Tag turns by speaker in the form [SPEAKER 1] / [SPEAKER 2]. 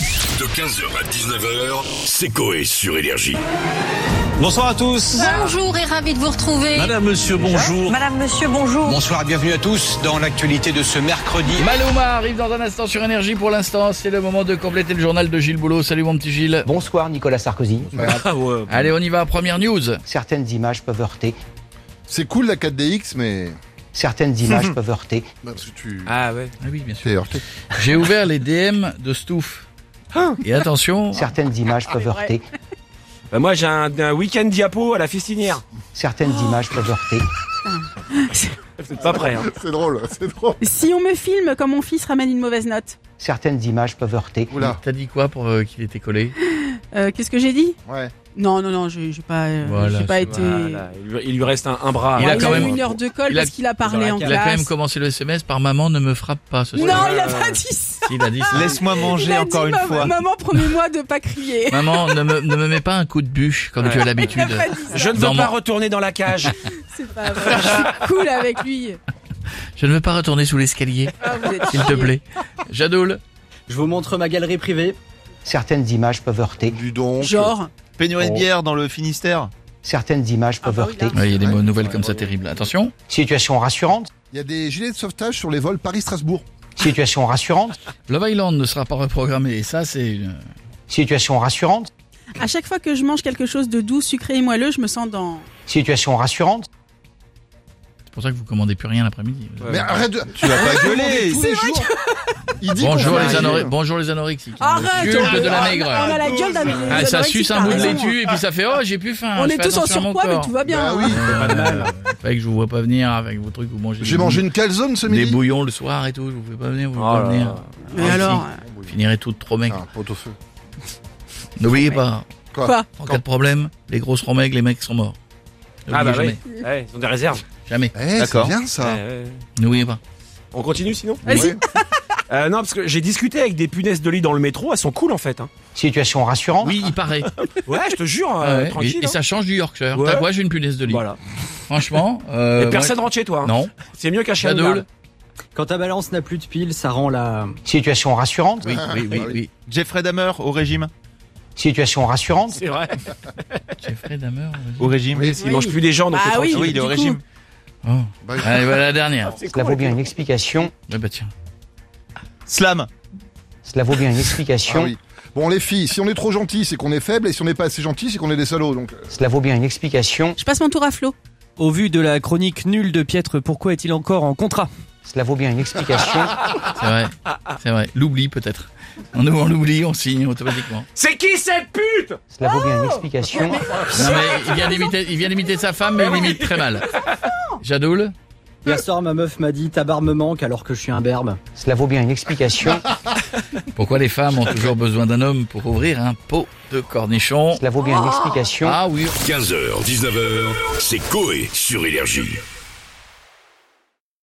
[SPEAKER 1] De 15h à 19h, c'est Coé sur Énergie.
[SPEAKER 2] Bonsoir à tous.
[SPEAKER 3] Bonjour et ravi de vous retrouver.
[SPEAKER 2] Madame, monsieur, bonjour.
[SPEAKER 4] Madame, monsieur, bonjour.
[SPEAKER 5] Bonsoir et bienvenue à tous dans l'actualité de ce mercredi.
[SPEAKER 6] Maluma arrive dans un instant sur Énergie. Pour l'instant, c'est le moment de compléter le journal de Gilles Boulot. Salut mon petit Gilles.
[SPEAKER 5] Bonsoir Nicolas Sarkozy.
[SPEAKER 2] Ah ouais.
[SPEAKER 6] Allez, on y va. Première news.
[SPEAKER 5] Certaines images peuvent heurter.
[SPEAKER 7] C'est cool la 4DX, mais.
[SPEAKER 5] Certaines images peuvent heurter.
[SPEAKER 7] Bah, parce que tu.
[SPEAKER 8] Ah ouais.
[SPEAKER 6] Ah oui, bien sûr.
[SPEAKER 7] T'es heurté.
[SPEAKER 6] J'ai ouvert les DM de Stouff. Et attention,
[SPEAKER 5] Certaines images peuvent heurter.
[SPEAKER 8] Bah moi j'ai un, un week-end diapo à la fistinière.
[SPEAKER 5] Certaines images peuvent heurter.
[SPEAKER 8] Vous êtes pas prêt. Hein.
[SPEAKER 7] C'est drôle, c'est drôle.
[SPEAKER 9] Si on me filme quand mon fils ramène une mauvaise note,
[SPEAKER 5] Certaines images peuvent heurter.
[SPEAKER 7] Oula.
[SPEAKER 6] t'as dit quoi pour euh, qu'il était collé
[SPEAKER 9] euh, qu'est-ce que j'ai dit
[SPEAKER 7] Ouais.
[SPEAKER 9] Non, non, non, j'ai j'ai pas, euh,
[SPEAKER 6] Voilà,
[SPEAKER 9] j'ai pas été.
[SPEAKER 8] Voilà, Ah, il, lui, il lui reste un, un bras.
[SPEAKER 6] Il a
[SPEAKER 9] Ah,
[SPEAKER 6] quand
[SPEAKER 9] eu
[SPEAKER 6] même-
[SPEAKER 9] une heure de colle
[SPEAKER 6] il a-
[SPEAKER 9] parce qu'il a parlé
[SPEAKER 8] dans la
[SPEAKER 9] en
[SPEAKER 6] Il a quand même
[SPEAKER 9] classe.
[SPEAKER 6] commencé le SMS par maman ne me frappe pas ce
[SPEAKER 9] Non,
[SPEAKER 6] soir.
[SPEAKER 9] il a pas dit ça.
[SPEAKER 6] Il a dit ça.
[SPEAKER 2] Laisse-moi
[SPEAKER 9] Il
[SPEAKER 2] manger
[SPEAKER 9] a
[SPEAKER 2] encore
[SPEAKER 9] dit,
[SPEAKER 2] une
[SPEAKER 9] maman,
[SPEAKER 2] fois.
[SPEAKER 9] Maman, promets-moi de pas crier.
[SPEAKER 6] Maman, ne me, ne me mets pas un coup de bûche comme
[SPEAKER 8] Ouais.
[SPEAKER 6] tu as
[SPEAKER 9] Il a
[SPEAKER 6] l'habitude.
[SPEAKER 9] pas dit ça.
[SPEAKER 8] Je ne veux
[SPEAKER 6] Dans
[SPEAKER 8] pas
[SPEAKER 6] mon-
[SPEAKER 8] retourner dans la cage. Ah
[SPEAKER 9] C'est pas vrai. Je suis cool avec lui.
[SPEAKER 6] Je ne veux pas retourner sous l'escalier,
[SPEAKER 9] Ah, vous êtes
[SPEAKER 6] s'il te
[SPEAKER 9] chier.
[SPEAKER 6] plaît. Jadoul,
[SPEAKER 10] Je vous montre ma galerie privée.
[SPEAKER 5] Certaines images peuvent heurter.
[SPEAKER 7] Du donc.
[SPEAKER 9] Genre,
[SPEAKER 2] Pénurie de bière dans le Finistère.
[SPEAKER 5] Certaines images
[SPEAKER 9] Ah
[SPEAKER 5] peuvent
[SPEAKER 9] bah oui,
[SPEAKER 5] heurter.
[SPEAKER 9] là.
[SPEAKER 6] Ouais, il y a des
[SPEAKER 7] Ouais.
[SPEAKER 6] nouvelles comme ça terribles. Attention,
[SPEAKER 5] Situation rassurante.
[SPEAKER 7] Il y a des gilets de sauvetage sur les vols Paris-Strasbourg.
[SPEAKER 5] Situation rassurante.
[SPEAKER 6] Love Island ne sera pas reprogrammé. Et ça, c'est euh, une-
[SPEAKER 5] Situation rassurante.
[SPEAKER 9] à chaque fois que je mange quelque chose de doux, sucré et moelleux, je me sens dans.
[SPEAKER 5] Situation rassurante.
[SPEAKER 6] c'est pour ça que vous commandez plus rien l'après-midi.
[SPEAKER 7] Mais arrête de.
[SPEAKER 2] Tu vas pas gueuler.
[SPEAKER 7] Tous les jours. Il dit
[SPEAKER 6] Bonjour
[SPEAKER 7] qu'on fait
[SPEAKER 6] les,
[SPEAKER 7] un
[SPEAKER 6] anore-
[SPEAKER 7] gym.
[SPEAKER 6] Bonjour les anorexiques.
[SPEAKER 9] Arrête
[SPEAKER 6] Culte
[SPEAKER 9] on-
[SPEAKER 6] de la
[SPEAKER 9] on-
[SPEAKER 6] maigre.
[SPEAKER 9] On a la gueule d'un.
[SPEAKER 6] Ah,
[SPEAKER 9] d'un
[SPEAKER 6] ça
[SPEAKER 9] anorexique,
[SPEAKER 6] suce un
[SPEAKER 9] t'as
[SPEAKER 6] bout de
[SPEAKER 9] raison.
[SPEAKER 6] laitue et puis ça fait oh j'ai plus faim.
[SPEAKER 9] On
[SPEAKER 6] je
[SPEAKER 9] est
[SPEAKER 6] fais
[SPEAKER 9] tous en
[SPEAKER 6] attention à mon
[SPEAKER 9] surpoids, mais
[SPEAKER 6] corps.
[SPEAKER 9] tout va bien. hein.
[SPEAKER 7] Bah oui.
[SPEAKER 6] Euh, Fait que je vous vois pas venir avec vos trucs, vous mangez.
[SPEAKER 7] J'ai
[SPEAKER 6] des
[SPEAKER 7] mangé une calzone ce
[SPEAKER 6] bouillons- des
[SPEAKER 7] midi.
[SPEAKER 6] bouillons le soir et tout. Je vous fais pas venir, vous
[SPEAKER 8] Oh
[SPEAKER 6] pouvez pas
[SPEAKER 8] là
[SPEAKER 6] venir.
[SPEAKER 8] là. Ah,
[SPEAKER 9] Mais alors,
[SPEAKER 6] Vous finirez toutes trop maigres.
[SPEAKER 7] Un Ah, pot au feu.
[SPEAKER 6] N'oubliez pas,
[SPEAKER 9] quoi
[SPEAKER 6] en cas de problème, les grosses sont maigres, les mecs sont morts.
[SPEAKER 8] Ah bah
[SPEAKER 6] N'oubliez
[SPEAKER 8] oui. Ouais, ils ont des réserves.
[SPEAKER 6] jamais. Jamais.
[SPEAKER 7] Eh, c'est
[SPEAKER 2] D'accord.
[SPEAKER 7] bien ça.
[SPEAKER 8] Ouais, ouais.
[SPEAKER 6] N'oubliez pas.
[SPEAKER 8] On continue sinon
[SPEAKER 9] Vas-y.
[SPEAKER 7] Ouais.
[SPEAKER 8] Euh, Non parce que j'ai discuté avec des punaises de lit dans le métro, elles sont cool en fait. Hein.
[SPEAKER 5] Situation rassurante.
[SPEAKER 6] Oui, il paraît.
[SPEAKER 8] Ouais, je te jure, euh,
[SPEAKER 6] Ah Ouais,
[SPEAKER 8] tranquille.
[SPEAKER 6] et, et
[SPEAKER 8] hein.
[SPEAKER 6] ça change du Yorkshire.
[SPEAKER 8] Ouais.
[SPEAKER 6] T'as quoi J'ai une punaise de lit.
[SPEAKER 8] Voilà.
[SPEAKER 6] Franchement. euh,
[SPEAKER 8] Et
[SPEAKER 6] moi,
[SPEAKER 8] personne rentre chez toi. hein.
[SPEAKER 6] Non.
[SPEAKER 8] C'est mieux qu'un chien de
[SPEAKER 6] Jadoul.
[SPEAKER 8] garde.
[SPEAKER 10] Quand ta balance n'a plus de piles, ça rend la.
[SPEAKER 5] Situation rassurante.
[SPEAKER 6] Oui, oui,
[SPEAKER 8] bah
[SPEAKER 6] oui,
[SPEAKER 7] Ah oui.
[SPEAKER 6] oui.
[SPEAKER 2] Jeffrey Dahmer au régime.
[SPEAKER 5] Situation rassurante.
[SPEAKER 8] C'est vrai.
[SPEAKER 6] Jeffrey Dahmer. vas-y.
[SPEAKER 2] Au régime.
[SPEAKER 7] Oui,
[SPEAKER 8] Ils mangent plus des gens donc
[SPEAKER 9] Ah
[SPEAKER 8] t'es
[SPEAKER 9] oui.
[SPEAKER 2] Ah oui, il est au
[SPEAKER 9] Du coup,
[SPEAKER 2] régime.
[SPEAKER 6] Oh.
[SPEAKER 7] bah,
[SPEAKER 6] Allez, voilà la dernière.
[SPEAKER 8] tranquille.
[SPEAKER 5] Cela vaut bien une explication.
[SPEAKER 6] Ouais, bah tiens.
[SPEAKER 2] Slam.
[SPEAKER 5] Cela vaut bien une
[SPEAKER 7] ah
[SPEAKER 5] explication.
[SPEAKER 7] oui. Bon, les filles, si on est trop gentil, c'est qu'on est faible, et si on n'est pas assez gentil, c'est qu'on est des salauds. Donc, euh,
[SPEAKER 5] Cela vaut bien une explication.
[SPEAKER 9] Je passe mon tour à Flo.
[SPEAKER 10] Au vu de la chronique nulle de Pietre, pourquoi est-il encore en contrat
[SPEAKER 5] Cela vaut bien une explication.
[SPEAKER 6] C'est vrai. C'est vrai. L'oubli peut-être. On, on l'oublie, on signe automatiquement.
[SPEAKER 8] C'est qui cette pute
[SPEAKER 5] Cela vaut bien une explication.
[SPEAKER 6] Non mais il vient d'imiter, il vient d'imiter sa femme, mais il l'imite très mal. Jadoul,
[SPEAKER 10] Hier soir, ma meuf m'a dit Ta barbe me manque alors que je suis un berbe.
[SPEAKER 5] Cela vaut bien une explication.
[SPEAKER 6] pourquoi les femmes ont toujours besoin d'un homme pour ouvrir un pot de cornichons
[SPEAKER 5] Cela vaut bien une explication.
[SPEAKER 6] Ah oui.
[SPEAKER 1] 15h, 19h, c'est Coé sur Énergie.